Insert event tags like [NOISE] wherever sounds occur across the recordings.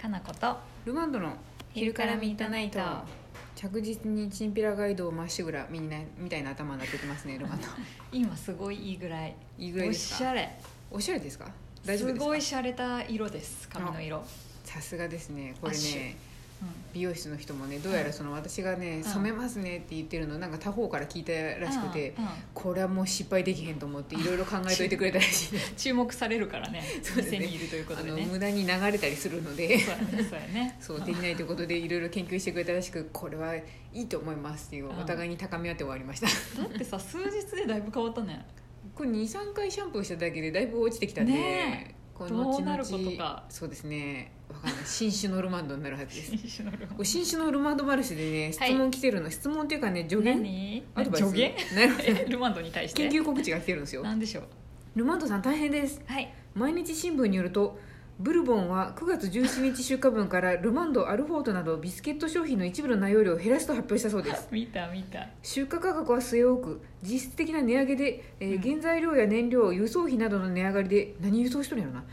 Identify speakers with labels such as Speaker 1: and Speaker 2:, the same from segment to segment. Speaker 1: かなこと
Speaker 2: ルマンドの
Speaker 1: 昼からミッドナイト
Speaker 2: 着実にチンピラガイドをまっしぐらみんなみたいな頭になってきます
Speaker 1: [LAUGHS]
Speaker 2: ねルマンド
Speaker 1: 今すごいいいぐらい
Speaker 2: いいぐらい
Speaker 1: お
Speaker 2: です
Speaker 1: しゃ
Speaker 2: か
Speaker 1: れ
Speaker 2: おしゃれですか大丈夫ですす
Speaker 1: ごい
Speaker 2: か
Speaker 1: 洒落た色です髪の色、うん、
Speaker 2: さすがですねこれ
Speaker 1: アッシュ
Speaker 2: ね美容室の人もねどうやらその私がね、染めますねって言ってるのなんか他方から聞いたらしくて、
Speaker 1: うんうん
Speaker 2: これはもう失敗できへんと思っていろいろ考えといてくれたらしいです
Speaker 1: 注目されるからね
Speaker 2: そうですね
Speaker 1: 店にいるということ
Speaker 2: あ
Speaker 1: で
Speaker 2: の
Speaker 1: ね
Speaker 2: 無駄に流れたりするの
Speaker 1: [LAUGHS]
Speaker 2: で
Speaker 1: そうやねそうやね
Speaker 2: そう [LAUGHS] できないということでいろいろ研究してくれたらしくこれはいいと思いますっていう
Speaker 1: うん
Speaker 2: お互いに高め合って終わりました
Speaker 1: だってさ数日でだいぶ変わったね
Speaker 2: これ23回シャンプーしただけでだいぶ落ちてきたんで、
Speaker 1: ね
Speaker 2: こ
Speaker 1: どうなることか
Speaker 2: そうですねわか
Speaker 1: [LAUGHS]
Speaker 2: んない新種のルマンドになるはずです
Speaker 1: 新種の
Speaker 2: お新種のルマンドマルシェでね質
Speaker 1: はい
Speaker 2: 問来てるの、質問っていうかね助言
Speaker 1: 何
Speaker 2: アドバイス
Speaker 1: 助言
Speaker 2: [LAUGHS]
Speaker 1: [LAUGHS]
Speaker 2: なるほど
Speaker 1: えルマンドに対して
Speaker 2: 研究告知が来てるんですよ
Speaker 1: なんでしょう
Speaker 2: ルマンドさん大変です
Speaker 1: はい
Speaker 2: 毎日新聞によるとブルボンは9月17日出荷分からルマンドアルフォートなどビスケット商品の一部の内容量を減らすと発表したそうです
Speaker 1: 見た見た
Speaker 2: 出荷価格は据え置く実質的な値上げで、えー
Speaker 1: うん
Speaker 2: 原材料や燃料輸送費などの値上がりで何輸送しとるんやろ
Speaker 1: [LAUGHS]
Speaker 2: な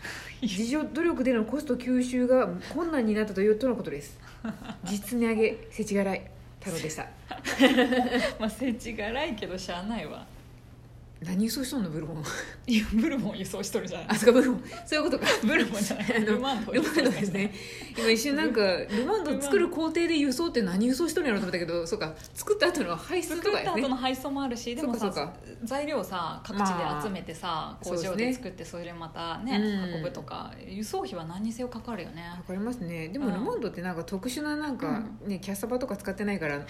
Speaker 2: 自助努力でのコスト吸収が困難になったというとのこと
Speaker 1: [LAUGHS]
Speaker 2: です実質値上げせちがらい太郎でした
Speaker 1: まあ世知辛いけどしゃあないわ
Speaker 2: 何輸送しとんのブル
Speaker 1: [LAUGHS]
Speaker 2: ボン
Speaker 1: いやブルボン輸送しとるじゃない
Speaker 2: あそっかブルボンそうい
Speaker 1: [LAUGHS]
Speaker 2: うことか
Speaker 1: ブルボンじゃない
Speaker 2: あの
Speaker 1: ルマンドを
Speaker 2: ル
Speaker 1: 輸
Speaker 2: マ
Speaker 1: 送し
Speaker 2: ンド [LAUGHS]
Speaker 1: とる
Speaker 2: ですね今一
Speaker 1: [LAUGHS]
Speaker 2: 瞬なんかルマンド作る工程で輸送って何輸送しとるんやろと思ったけどそうか作った後の排出
Speaker 1: 作
Speaker 2: とか
Speaker 1: っ
Speaker 2: や
Speaker 1: た後
Speaker 2: ね
Speaker 1: の配送もあるしでも
Speaker 2: そ
Speaker 1: さ
Speaker 2: うかそうか
Speaker 1: 材料をさ各地
Speaker 2: まあ
Speaker 1: で集めてさ、工
Speaker 2: そ
Speaker 1: 場
Speaker 2: うですね
Speaker 1: で作ってそれまたね
Speaker 2: うん
Speaker 1: 運ぶとか輸送費は何にせよかかるよね
Speaker 2: わかりますねでも
Speaker 1: うん
Speaker 2: ルモンドってなんか特殊ななんか、ねキャッサバとか使ってないから [LAUGHS] も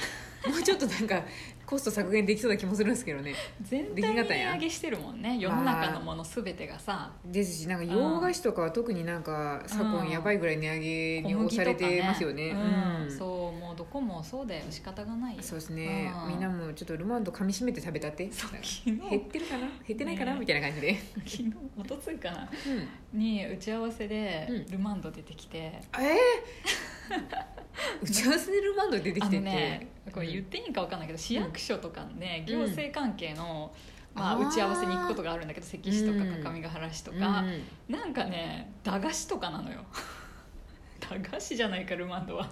Speaker 2: うちょっとなんかコスト削減できそうな気もするんですけどね
Speaker 1: 全
Speaker 2: 出
Speaker 1: 体
Speaker 2: 来
Speaker 1: に
Speaker 2: 方や
Speaker 1: 値上げしてるもんね世の中のもの全てがさ、
Speaker 2: ですしなんか洋菓子とかは特になんか昨今やばいぐらい値上げに
Speaker 1: 小
Speaker 2: 押
Speaker 1: 麦
Speaker 2: さ
Speaker 1: とか
Speaker 2: れ
Speaker 1: ね
Speaker 2: てますよね
Speaker 1: うん
Speaker 2: うん
Speaker 1: そうもうどこもそうだよ仕方がないよ
Speaker 2: そうですね
Speaker 1: うん
Speaker 2: みんなもちょっとルモンド噛みしめて食べたって
Speaker 1: そう昨
Speaker 2: 減 [LAUGHS] っ
Speaker 1: 日
Speaker 2: てるかな減ってないかな、
Speaker 1: ね
Speaker 2: みたいな感じで、
Speaker 1: 昨日一昨日かな
Speaker 2: うん、
Speaker 1: に打ち合わせで
Speaker 2: うん
Speaker 1: ルマンド出てきて、
Speaker 2: えー、打ち合わせでルモンド出てき
Speaker 1: あ
Speaker 2: て
Speaker 1: の
Speaker 2: て、
Speaker 1: ねこれ言っていいんか分かんないけど、市役所とかね行政関係の、まあ、
Speaker 2: あー
Speaker 1: 打ち合わせに行くことがあるんだけど関市とか各務原市と
Speaker 2: う
Speaker 1: か、
Speaker 2: ん
Speaker 1: なんかね駄菓子とかなのよ [LAUGHS] 駄菓子じゃないかルマンドは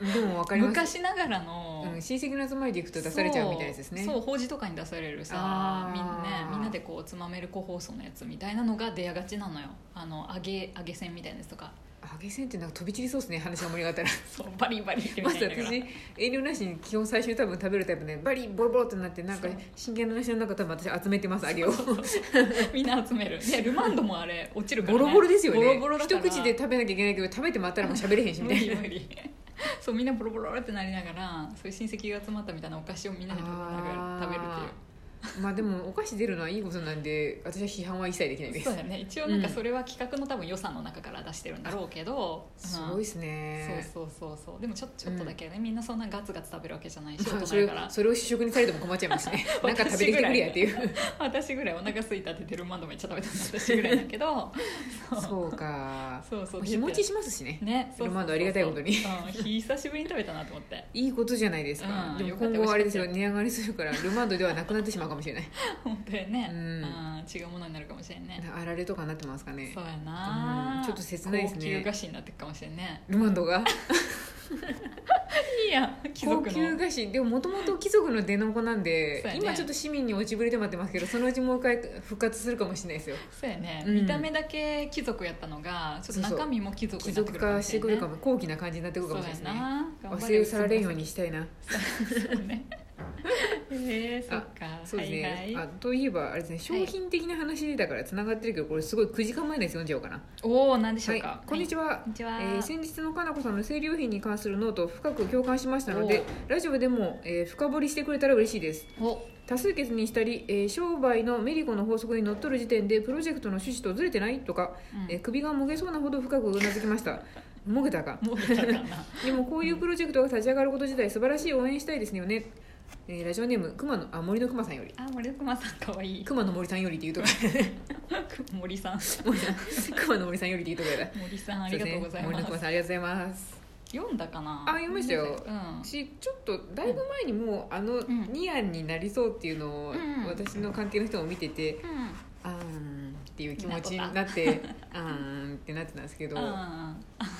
Speaker 2: でもわかります
Speaker 1: 昔ながらの、
Speaker 2: うん、親戚の集まりで行くと出されちゃうみたいなやつですね
Speaker 1: そうそう法事とかに出される
Speaker 2: あ
Speaker 1: さ
Speaker 2: ー
Speaker 1: みんなみんなでこうつまめる個包装のやつみたいなのが出やがちなのよあの揚げ揚げ線みたいなやつとか
Speaker 2: 揚げせんってなんか飛び散りそうですね話が盛り上が
Speaker 1: [LAUGHS]
Speaker 2: ったら
Speaker 1: そうバリバリってみ
Speaker 2: [LAUGHS] ま
Speaker 1: たい
Speaker 2: ず
Speaker 1: なのが
Speaker 2: 私遠慮なしに基本最初に多分食べるタイプでバリボロボロってなってなんか
Speaker 1: そう
Speaker 2: 真剣な話の中多分私集めてます揚げを
Speaker 1: みんな集めるでルマンドもあれ落ちるから、
Speaker 2: ボ
Speaker 1: ね、
Speaker 2: ロボロですよね
Speaker 1: ボロボロだか
Speaker 2: 一
Speaker 1: ら
Speaker 2: 口で食べなきゃいけないけど食べてもあったらもう喋れへんしみ
Speaker 1: 無
Speaker 2: たい
Speaker 1: 理 [LAUGHS]
Speaker 2: な
Speaker 1: 無理そうみんなボロボロってなりながらそういう親戚が集まったみたいなお菓子をみんなで食べ
Speaker 2: あー
Speaker 1: 食べるっていう
Speaker 2: まあでもお菓子出るのはいいことなんで私は批判は一切できないです
Speaker 1: そうだね一応なんかそれは企画の多分予算の中から出してるんだろうけど、
Speaker 2: す
Speaker 1: うん
Speaker 2: ごいですね
Speaker 1: そうそうそうそうでもちょちょっとだけね、みんなそんなガツガツ食べるわけじゃないし
Speaker 2: ま
Speaker 1: 大
Speaker 2: あそ
Speaker 1: 人
Speaker 2: れ
Speaker 1: だから
Speaker 2: それを主食にされても困っちゃいま
Speaker 1: [LAUGHS]
Speaker 2: すねなんか食べてきてくれやっていう
Speaker 1: 私ぐらいお腹空いたってデルマンドめっちゃ食べたの私ぐらいだけど [LAUGHS]
Speaker 2: そうか
Speaker 1: そうそう
Speaker 2: 日持ちしますしね
Speaker 1: ねそうそうそうそう
Speaker 2: デルマンドありがたいことに
Speaker 1: うん、久しぶりに食べたなと思って
Speaker 2: いいことじゃないですか、
Speaker 1: うん
Speaker 2: でも
Speaker 1: よかった
Speaker 2: 今後はあれですよ
Speaker 1: よか
Speaker 2: 値上がりするからルマンドではなくなってしまうかもしれない
Speaker 1: 本当にね、う
Speaker 2: う
Speaker 1: んん、違うものになるかもしれんね
Speaker 2: あられとかになってますかね
Speaker 1: そうやな、
Speaker 2: うんちょっと切ないですね
Speaker 1: 高級菓子になってくかもしれんね
Speaker 2: ルマンドが
Speaker 1: いいやん貴
Speaker 2: 高
Speaker 1: 族
Speaker 2: 級
Speaker 1: の
Speaker 2: 菓子でももともと貴族の出の子なんで、
Speaker 1: そうやね
Speaker 2: 今ちょっと市民に落ちぶれて待ってますけどそのうちもう一回復活するかもしれないですよ
Speaker 1: そうやね、
Speaker 2: うん
Speaker 1: 見た目だけ貴族やったのがちょっと中身も貴族
Speaker 2: 貴
Speaker 1: になっ
Speaker 2: 族
Speaker 1: てくるか
Speaker 2: 化
Speaker 1: も
Speaker 2: し
Speaker 1: しれ
Speaker 2: て
Speaker 1: んね
Speaker 2: くるかも高貴な感じになってくる
Speaker 1: そ
Speaker 2: か
Speaker 1: う
Speaker 2: も
Speaker 1: や
Speaker 2: しれないですね
Speaker 1: な
Speaker 2: 忘れ去られんように
Speaker 1: し
Speaker 2: したいな
Speaker 1: ね [LAUGHS] えー、そっか
Speaker 2: そうです
Speaker 1: は
Speaker 2: ね
Speaker 1: いはい、
Speaker 2: あといえばあれですね商品的な話だからつながってるけどこれすごい9時間前のやつ読んじゃおうかな
Speaker 1: おお何でしょうか、
Speaker 2: はい、こんにちは、
Speaker 1: こんにちは
Speaker 2: えー先日のかなこさんの生理用品に関するノートを深く共感しましたのでラジオでも、えー深掘りしてくれたら嬉しいです
Speaker 1: お
Speaker 2: 多数決にしたり、えー商売のメリコの法則にのっとる時点でプロジェクトの趣旨とずれてないとか、
Speaker 1: うん
Speaker 2: えー首がもげそうなほど深くうなずきましたもげたか
Speaker 1: もう見たかな
Speaker 2: でもこういうプロジェクトが立ち上がること自体素晴らしい応援したいですよね、えーラジオネーム熊のあ森の熊さんより
Speaker 1: あ森熊さんかわいい
Speaker 2: 熊の森さんよりっていうとこ [LAUGHS]
Speaker 1: 森さん
Speaker 2: 森さん熊の森さんよりっていうとこだ
Speaker 1: 森さんありがとうござい
Speaker 2: そうですね森
Speaker 1: ま
Speaker 2: の
Speaker 1: す
Speaker 2: 熊さんありがとうございます
Speaker 1: 読んだかな
Speaker 2: あ読みましたよ
Speaker 1: うん
Speaker 2: しちょっとだいぶ前にもうあの
Speaker 1: ん
Speaker 2: ニアンになりそうっていうのを
Speaker 1: うん
Speaker 2: 私の関係の人も見てて
Speaker 1: うん
Speaker 2: あーんっていう気持ちになってあーんってなってたんですけど
Speaker 1: あ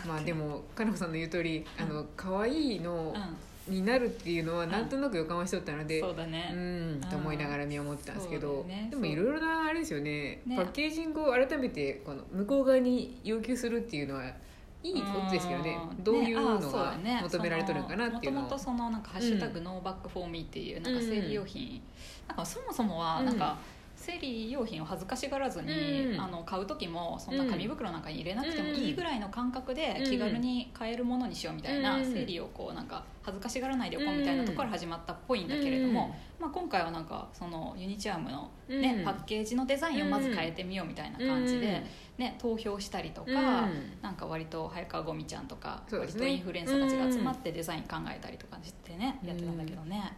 Speaker 2: まあでもかなこさんの言う通りあの可愛いの
Speaker 1: う
Speaker 2: になるっていうのは
Speaker 1: ん
Speaker 2: なんとなく予感はしとったの
Speaker 1: ん
Speaker 2: で
Speaker 1: そうだね、
Speaker 2: うんと思いながら見守ってたんですけ
Speaker 1: そ
Speaker 2: ど、
Speaker 1: うだよね
Speaker 2: でもいろいろなあれですよね
Speaker 1: ね
Speaker 2: パッケージングを改めてこの向こう側に要求するっていうのはいいことですけどね
Speaker 1: ん
Speaker 2: どうい
Speaker 1: ね
Speaker 2: う
Speaker 1: あ
Speaker 2: の
Speaker 1: そう
Speaker 2: が
Speaker 1: だね
Speaker 2: 求められてるのかなってい
Speaker 1: その
Speaker 2: うの
Speaker 1: もともとそのなんか「ハッシュタグノーバックフォーミー」っていうなんか生理用品、なんかそもそもはなんか、生理用品を恥ずかしがらずに、
Speaker 2: うん
Speaker 1: あの買う時もそんな紙袋なんかに入れなくてもいいぐらいの感覚で
Speaker 2: うん
Speaker 1: 気軽に買えるものにしようみたいな、
Speaker 2: うん
Speaker 1: 生理をこうなんか恥ずかしがらないでおこうみたいなところから始まったっぽいんだけれども、まあ、今回はなんかそのユニチアームの、ね
Speaker 2: うん
Speaker 1: パッケージのデザインをまず変えてみようみたいな感じで、ね、投票したりとか。
Speaker 2: うん
Speaker 1: なんか割と早川五味ちゃんとか、
Speaker 2: そうで
Speaker 1: 割
Speaker 2: すね
Speaker 1: とインフルエンサーたちが集まってデザイン考えたりとかしてね、
Speaker 2: うん
Speaker 1: やってたんだけどね、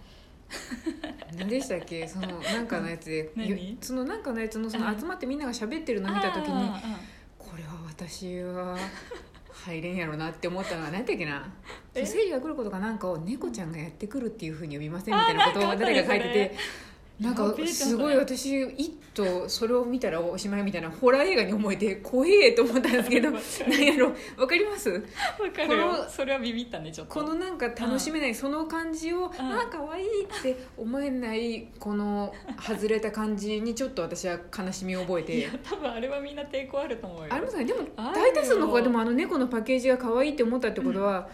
Speaker 2: 何でしたっけそのなんかのやつで
Speaker 1: 何
Speaker 2: よそのなんかのやつのその集まってみんなが喋ってるのを見た時に
Speaker 1: あー
Speaker 2: これは私は入れんやろなって思ったのは何だっけな
Speaker 1: え
Speaker 2: 生理が来ることかなんかを猫ちゃんがやってくるっていうふうに呼びませんみたいなことを誰か書いてて
Speaker 1: な
Speaker 2: なんん
Speaker 1: かあ
Speaker 2: か
Speaker 1: ったよそれ
Speaker 2: すごい私「一とそれを見たらおしまいみたいなホラー映画に思えて怖えと思ったんです
Speaker 1: [LAUGHS]
Speaker 2: けど何やろわかります
Speaker 1: うんうんわかるよ
Speaker 2: この
Speaker 1: それはビビったねちょっと
Speaker 2: このなんか楽しめない、その感じを、
Speaker 1: ん
Speaker 2: ああ可愛いって思えないこの外れた感じにちょっと私は悲しみを覚え
Speaker 1: い
Speaker 2: て
Speaker 1: や多分あれはみんな抵抗あると思うよ
Speaker 2: ありますかねでも
Speaker 1: あるよ
Speaker 2: 大多数の子はでもあの猫のパッケージが可愛いって思ったってことは、
Speaker 1: うん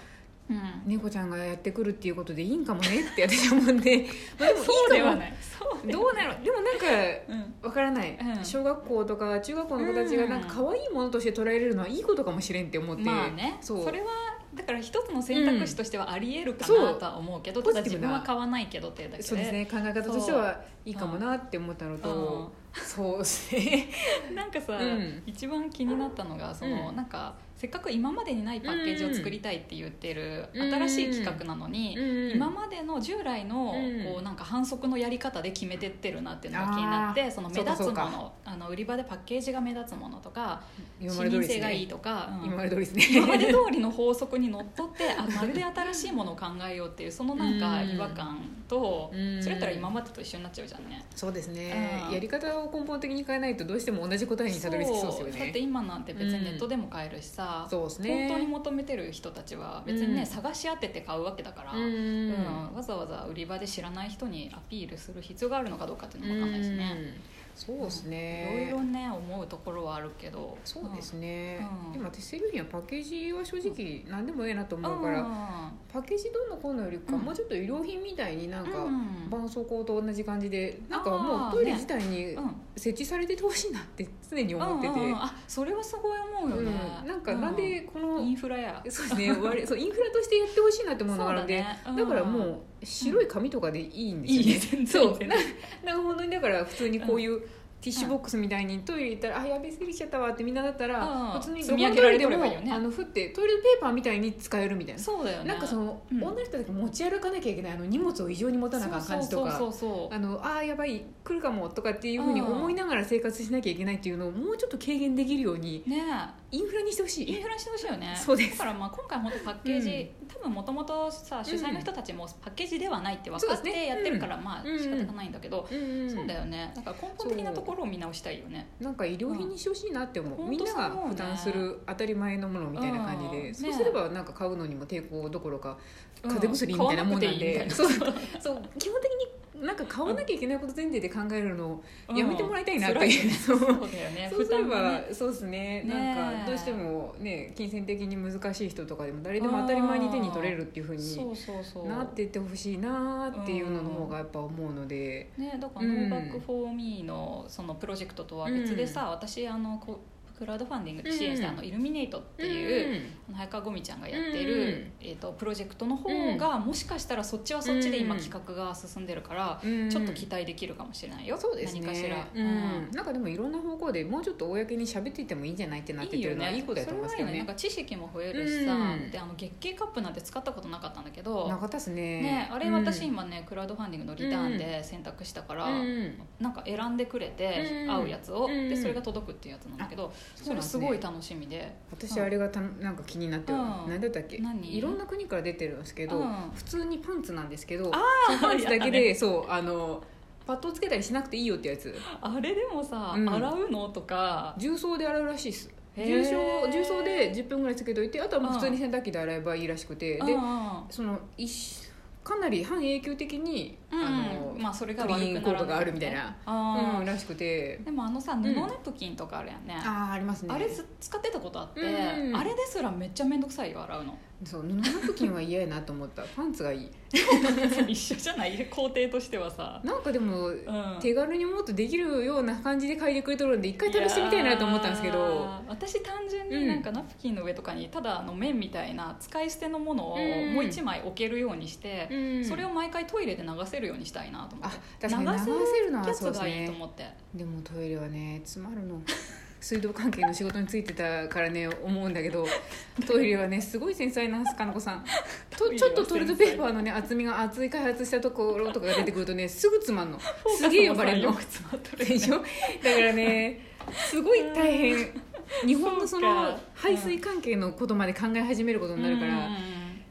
Speaker 2: 猫ちゃんがやってくるっていうことでいいんかもねって私は思う
Speaker 1: [LAUGHS]
Speaker 2: んでまあでもいいかも
Speaker 1: そうではないそうで
Speaker 2: どうなのでもなんか
Speaker 1: うん
Speaker 2: わからない、
Speaker 1: うん
Speaker 2: 小学校とか中学校の子たちがなんか可愛いものとして捉えれるのはいいことかもしれんって思って、
Speaker 1: まあね
Speaker 2: そ
Speaker 1: そうれはだから一つの選択肢としてはありえるか
Speaker 2: うん
Speaker 1: な
Speaker 2: そう
Speaker 1: とは思うけど、
Speaker 2: ポ
Speaker 1: ただ
Speaker 2: ジティ
Speaker 1: 自
Speaker 2: ブな
Speaker 1: 分は買わないけどっていうだけで
Speaker 2: そうですね考え方としてはいいかもなって思ったのとそうで
Speaker 1: [LAUGHS]
Speaker 2: すね
Speaker 1: なんかさ、
Speaker 2: うん
Speaker 1: 一番気になったのがその、
Speaker 2: うん
Speaker 1: なんかせっかく今までにないパッケージを作りたいって言ってる、
Speaker 2: うん
Speaker 1: 新しい企画なのに、今
Speaker 2: 今
Speaker 1: までの従来の、
Speaker 2: うん
Speaker 1: こうなんか反則のやり方で決めてってるなっていうのが気になってその目立つ
Speaker 2: そ
Speaker 1: も
Speaker 2: うかそう
Speaker 1: のあの売り場でパッケージが目立つものとか
Speaker 2: 今
Speaker 1: 視
Speaker 2: まで通
Speaker 1: 認
Speaker 2: りです
Speaker 1: 性がいい
Speaker 2: ね
Speaker 1: とか、うん
Speaker 2: 今まで通りです
Speaker 1: 今まで
Speaker 2: ね
Speaker 1: 通りの法則にのっとってあまるで新しいものを考えようっていうそのなんか違和感と、
Speaker 2: うん
Speaker 1: それやったら今までと一緒になっちゃうじゃんね。
Speaker 2: [LAUGHS] そうですね
Speaker 1: うん
Speaker 2: やり方を根本的に変えないとどうしても同じ答えにたどり着きそうですよ
Speaker 1: だって
Speaker 2: ね
Speaker 1: 今なんて別にネットでも買えるしさ、
Speaker 2: そうです
Speaker 1: 本
Speaker 2: ね
Speaker 1: 当に求めてる人たちは別にね、
Speaker 2: うん
Speaker 1: 探し当てて買うわけだから、
Speaker 2: うん
Speaker 1: うんわざわざ売り場で知らない人にアピールする必要があるのかどうかっていうのも分かんないしね、
Speaker 2: うんそうです
Speaker 1: いろい
Speaker 2: ね
Speaker 1: ろね思うところはあるけど
Speaker 2: そうですね
Speaker 1: うん
Speaker 2: でも私セルフィはパッケージは正直何でもええなと
Speaker 1: うん
Speaker 2: 思うから
Speaker 1: う
Speaker 2: パッケージどうのこうのよりか
Speaker 1: うん
Speaker 2: もうちょっと医療品みたいになんか
Speaker 1: うん
Speaker 2: 絆創膏と同じ感じでなんか
Speaker 1: あー
Speaker 2: もうトイレ自体
Speaker 1: ん
Speaker 2: に
Speaker 1: うん
Speaker 2: 設置されててほしいなって常に思ってて
Speaker 1: うんうんうんあそれはすごい思うよね、
Speaker 2: うんなんかなんでこの
Speaker 1: うんインフラや
Speaker 2: そうですね割 [LAUGHS] そうインフラとしてやってほしいなって思うのがあるんで
Speaker 1: そうだねうん
Speaker 2: だからもう白い紙とかでいいんですよ
Speaker 1: い
Speaker 2: ね、
Speaker 1: い全然
Speaker 2: そう
Speaker 1: 全
Speaker 2: な [LAUGHS] なんか本当にだから普通にこういうティッシュボックスみたいにトイレ行ったら「あやべえ過ぎちゃったわ」ってみんなだったら、
Speaker 1: うん
Speaker 2: 普通に
Speaker 1: 積
Speaker 2: どこ
Speaker 1: み上
Speaker 2: の
Speaker 1: げ
Speaker 2: ト
Speaker 1: られ
Speaker 2: イレ
Speaker 1: て
Speaker 2: でも
Speaker 1: ればいいよね
Speaker 2: あの振ってトイレペーパーみたいに使えるみたいな、
Speaker 1: そうだよね
Speaker 2: なんかその、
Speaker 1: うん
Speaker 2: 女の人たちが持ち歩かなきゃいけないあの荷物を異常に持たなあかん感じとか。
Speaker 1: そうそうそうそう
Speaker 2: あのあーやばい来るかもとかっていうふうに思いながら生活しなきゃいけないっていうのをもうちょっと軽減できるように
Speaker 1: ね
Speaker 2: インフラにしてほし
Speaker 1: イン
Speaker 2: い
Speaker 1: フラにしてほしいよね
Speaker 2: そうです
Speaker 1: だからまあ今回本当パッケージ、多分もともとさ主催の人たちもパッケージではないって分か
Speaker 2: そ
Speaker 1: っ
Speaker 2: うですね
Speaker 1: てやってるから、まあ
Speaker 2: うん
Speaker 1: 仕方ないんだけど、そうだよねだから根本的なところを見直したいよね
Speaker 2: なんか医療品にしてほしいなって思う、
Speaker 1: うん
Speaker 2: みんな
Speaker 1: 本
Speaker 2: が
Speaker 1: 当そう思うね
Speaker 2: 負担する当たり前のものみたいな感じで、
Speaker 1: うん
Speaker 2: そう
Speaker 1: ね
Speaker 2: すればなんか買うのにも抵抗どころか
Speaker 1: うん
Speaker 2: 風邪薬みたいなもんなん
Speaker 1: 買わ
Speaker 2: で、
Speaker 1: なくていいみたいな
Speaker 2: そうそう基本的になんか買わなきゃいけないこと前提で考えるのを
Speaker 1: うん
Speaker 2: やめてもらいたいなと
Speaker 1: 辛い
Speaker 2: い
Speaker 1: よ
Speaker 2: う、
Speaker 1: ね
Speaker 2: [LAUGHS] そう
Speaker 1: そうだよね
Speaker 2: そうすれ
Speaker 1: 負担が
Speaker 2: ば
Speaker 1: ね
Speaker 2: そうですね
Speaker 1: ね
Speaker 2: なんかどうしてもね金銭的に難しい人とかでも誰でも当たり前に手に取れるっていうふうに
Speaker 1: そうそうそう
Speaker 2: なっていってほしいなっていうのの方がやっぱ思うので。
Speaker 1: ね、だから「
Speaker 2: う
Speaker 1: ノ
Speaker 2: ん
Speaker 1: ーバック・フォー・ミーの」そのプロジェクトとは別でさ、私あのこうクラウドファンディングで支援した、
Speaker 2: うん
Speaker 1: あのイルミネートっていう、あの早川五味ちゃんがやってる、えー、とプロジェクトの方が、もしかしたらそっちはそっちで今
Speaker 2: うん
Speaker 1: 企画が進んでるから、
Speaker 2: うん、
Speaker 1: ちょっと期待できるかもしれないよ、
Speaker 2: そうですね
Speaker 1: 何かしら。
Speaker 2: うんなんかでもいろんな方向でもうちょっと公に喋っていってもいいんじゃないってなってってるのはいいことだと思いますけど
Speaker 1: それはいいなん
Speaker 2: ね
Speaker 1: か知識も増えるしさ、
Speaker 2: うん
Speaker 1: であの月経カップなんて使ったことなかったんだけど
Speaker 2: なかったですね
Speaker 1: ね、あれ私
Speaker 2: うん
Speaker 1: 今ね、クラウドファンディングのリターンで選択したから、
Speaker 2: うん
Speaker 1: なんか選んでくれて、
Speaker 2: うん
Speaker 1: 合うやつを、
Speaker 2: うん
Speaker 1: でそれが届くっていうやつなんだけど
Speaker 2: そう
Speaker 1: そ
Speaker 2: なん
Speaker 1: れ
Speaker 2: です
Speaker 1: す
Speaker 2: ね
Speaker 1: ごい楽しみで
Speaker 2: 私あれがたなんか気になってる、
Speaker 1: うん
Speaker 2: 何だったっけ
Speaker 1: 何
Speaker 2: いろんな国から出てるんですけど、
Speaker 1: うん
Speaker 2: 普通にパンツなんですけど
Speaker 1: あ
Speaker 2: そのパンツだ
Speaker 1: や
Speaker 2: け
Speaker 1: った
Speaker 2: で、
Speaker 1: ね
Speaker 2: そうあのパッドつけたりしなくていいよってやつ
Speaker 1: あれでもさ、
Speaker 2: うん
Speaker 1: 洗うのとか
Speaker 2: 重曹で洗うらしいです重曹
Speaker 1: へー
Speaker 2: 重曹で10分ぐらいつけといてあとはもう普通に洗濯機で洗えばいいらしくてで
Speaker 1: あ
Speaker 2: その一かなり半永久的に、
Speaker 1: あうん
Speaker 2: あの
Speaker 1: まあそれが
Speaker 2: クリーン効果があるみたいな、
Speaker 1: あ
Speaker 2: う
Speaker 1: あ
Speaker 2: ん、らしくて
Speaker 1: でもあのさ布ナプキンとかあるやんね、
Speaker 2: ああありますね
Speaker 1: あれず使ってたことあって、
Speaker 2: うん
Speaker 1: あれですらめっちゃ面倒くさいよ洗う
Speaker 2: [LAUGHS]
Speaker 1: の
Speaker 2: そう布ナプキンは嫌やなと思った [LAUGHS] パンツがいい
Speaker 1: 一緒じゃない工程としてはさ、
Speaker 2: なんかでも、
Speaker 1: うん、
Speaker 2: 手軽にもっとできるような感じで嗅いでくれとるんで一回試してみたいなと思ったんですけ
Speaker 1: いや
Speaker 2: ど
Speaker 1: ー私単純
Speaker 2: う
Speaker 1: に
Speaker 2: ん
Speaker 1: なんかナプキンの上とかにただあの綿みたいな使い捨てのものを
Speaker 2: うん
Speaker 1: もう一枚置けるようにして、
Speaker 2: うん
Speaker 1: それを毎回トイレで流せるようにしたいなと思っ
Speaker 2: あ
Speaker 1: て
Speaker 2: 確かに流せるのは
Speaker 1: や
Speaker 2: そう
Speaker 1: つ
Speaker 2: です
Speaker 1: がいいと
Speaker 2: ね
Speaker 1: 思って
Speaker 2: でもトイレはね詰まるの [LAUGHS] 水道関係の仕事についてたからね思うん
Speaker 1: [LAUGHS]
Speaker 2: だけどトイレはねすごい繊細なんですかのこさんと
Speaker 1: トイレは
Speaker 2: ちょっとトイレットペーパー
Speaker 1: 繊
Speaker 2: のね厚みが厚い開発したところとかが出てくるとねすぐ詰まんの
Speaker 1: 細
Speaker 2: すげえ呼ばれる
Speaker 1: よ
Speaker 2: の
Speaker 1: く詰まっとるよね
Speaker 2: でしょだからねすごい大変日本のそ
Speaker 1: そう
Speaker 2: の
Speaker 1: か
Speaker 2: 排水関係のことまで考え始めることになるから、
Speaker 1: うん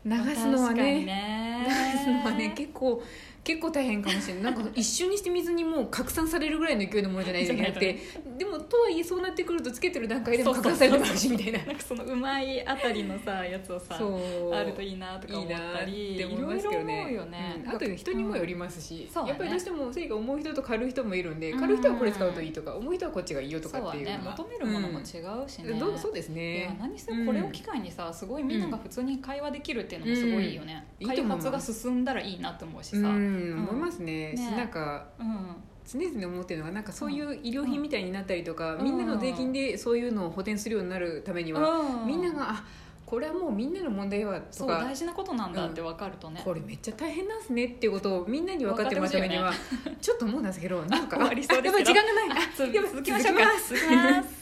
Speaker 2: 流すのは
Speaker 1: 確
Speaker 2: ね
Speaker 1: かにね
Speaker 2: 流すのはね [LAUGHS] 結構結構大変かもしれないなんか一瞬にして水にもう拡散されるぐらいの勢いのものじゃないと
Speaker 1: [LAUGHS]
Speaker 2: いけなくてでもとはいえそうなってくるとつけてる段階でも
Speaker 1: そうそう
Speaker 2: 拡
Speaker 1: そう
Speaker 2: 散されてるかもしれないみたい
Speaker 1: なんかそのうまいあたりのさやつを [LAUGHS]
Speaker 2: な
Speaker 1: さ
Speaker 2: そう
Speaker 1: あるといいなとか思ったり
Speaker 2: いいなって思いますけどね
Speaker 1: いろいろ思うよね、
Speaker 2: うんあと人にもよりますし、
Speaker 1: そうだね
Speaker 2: やっぱりどうしても生が重い人と軽い人もいるんで
Speaker 1: うん
Speaker 2: 軽い人はこれ使うといいとか重い人はこっちがいいよと
Speaker 1: そう
Speaker 2: かっ
Speaker 1: は
Speaker 2: ていうの
Speaker 1: ね
Speaker 2: が
Speaker 1: 求めるものも違うしね、
Speaker 2: うんどうそうです
Speaker 1: いや
Speaker 2: ね
Speaker 1: 何せ
Speaker 2: うん
Speaker 1: これを機会にさすごいみんなが普通に会話できるっていうのもすごいよね、
Speaker 2: うんいい
Speaker 1: 開
Speaker 2: と思います
Speaker 1: 発が進んだらいいなって思うし
Speaker 2: う
Speaker 1: さ、うん
Speaker 2: ん思いますね
Speaker 1: ね
Speaker 2: しなんか常々思ってるのがなんかそういう医療品みたいになったりとか、
Speaker 1: うん
Speaker 2: みんなの税金でそういうのを補填するようになるためには、
Speaker 1: うん
Speaker 2: みんなが「あこれはもうみんなの問題は」
Speaker 1: そ
Speaker 2: と
Speaker 1: う
Speaker 2: か
Speaker 1: 大事なことなんだって分かると
Speaker 2: 「
Speaker 1: ね、
Speaker 2: これめっちゃ大変なんすね」っていうことをみんなに分かってもらうためには、ちょっと思うんですけどなん
Speaker 1: [LAUGHS]
Speaker 2: か
Speaker 1: 終わりそうです
Speaker 2: あやば
Speaker 1: けど
Speaker 2: い時間がない
Speaker 1: あつ
Speaker 2: やばい
Speaker 1: 続きましょうか続
Speaker 2: 続
Speaker 1: き
Speaker 2: き [LAUGHS] ます
Speaker 1: ます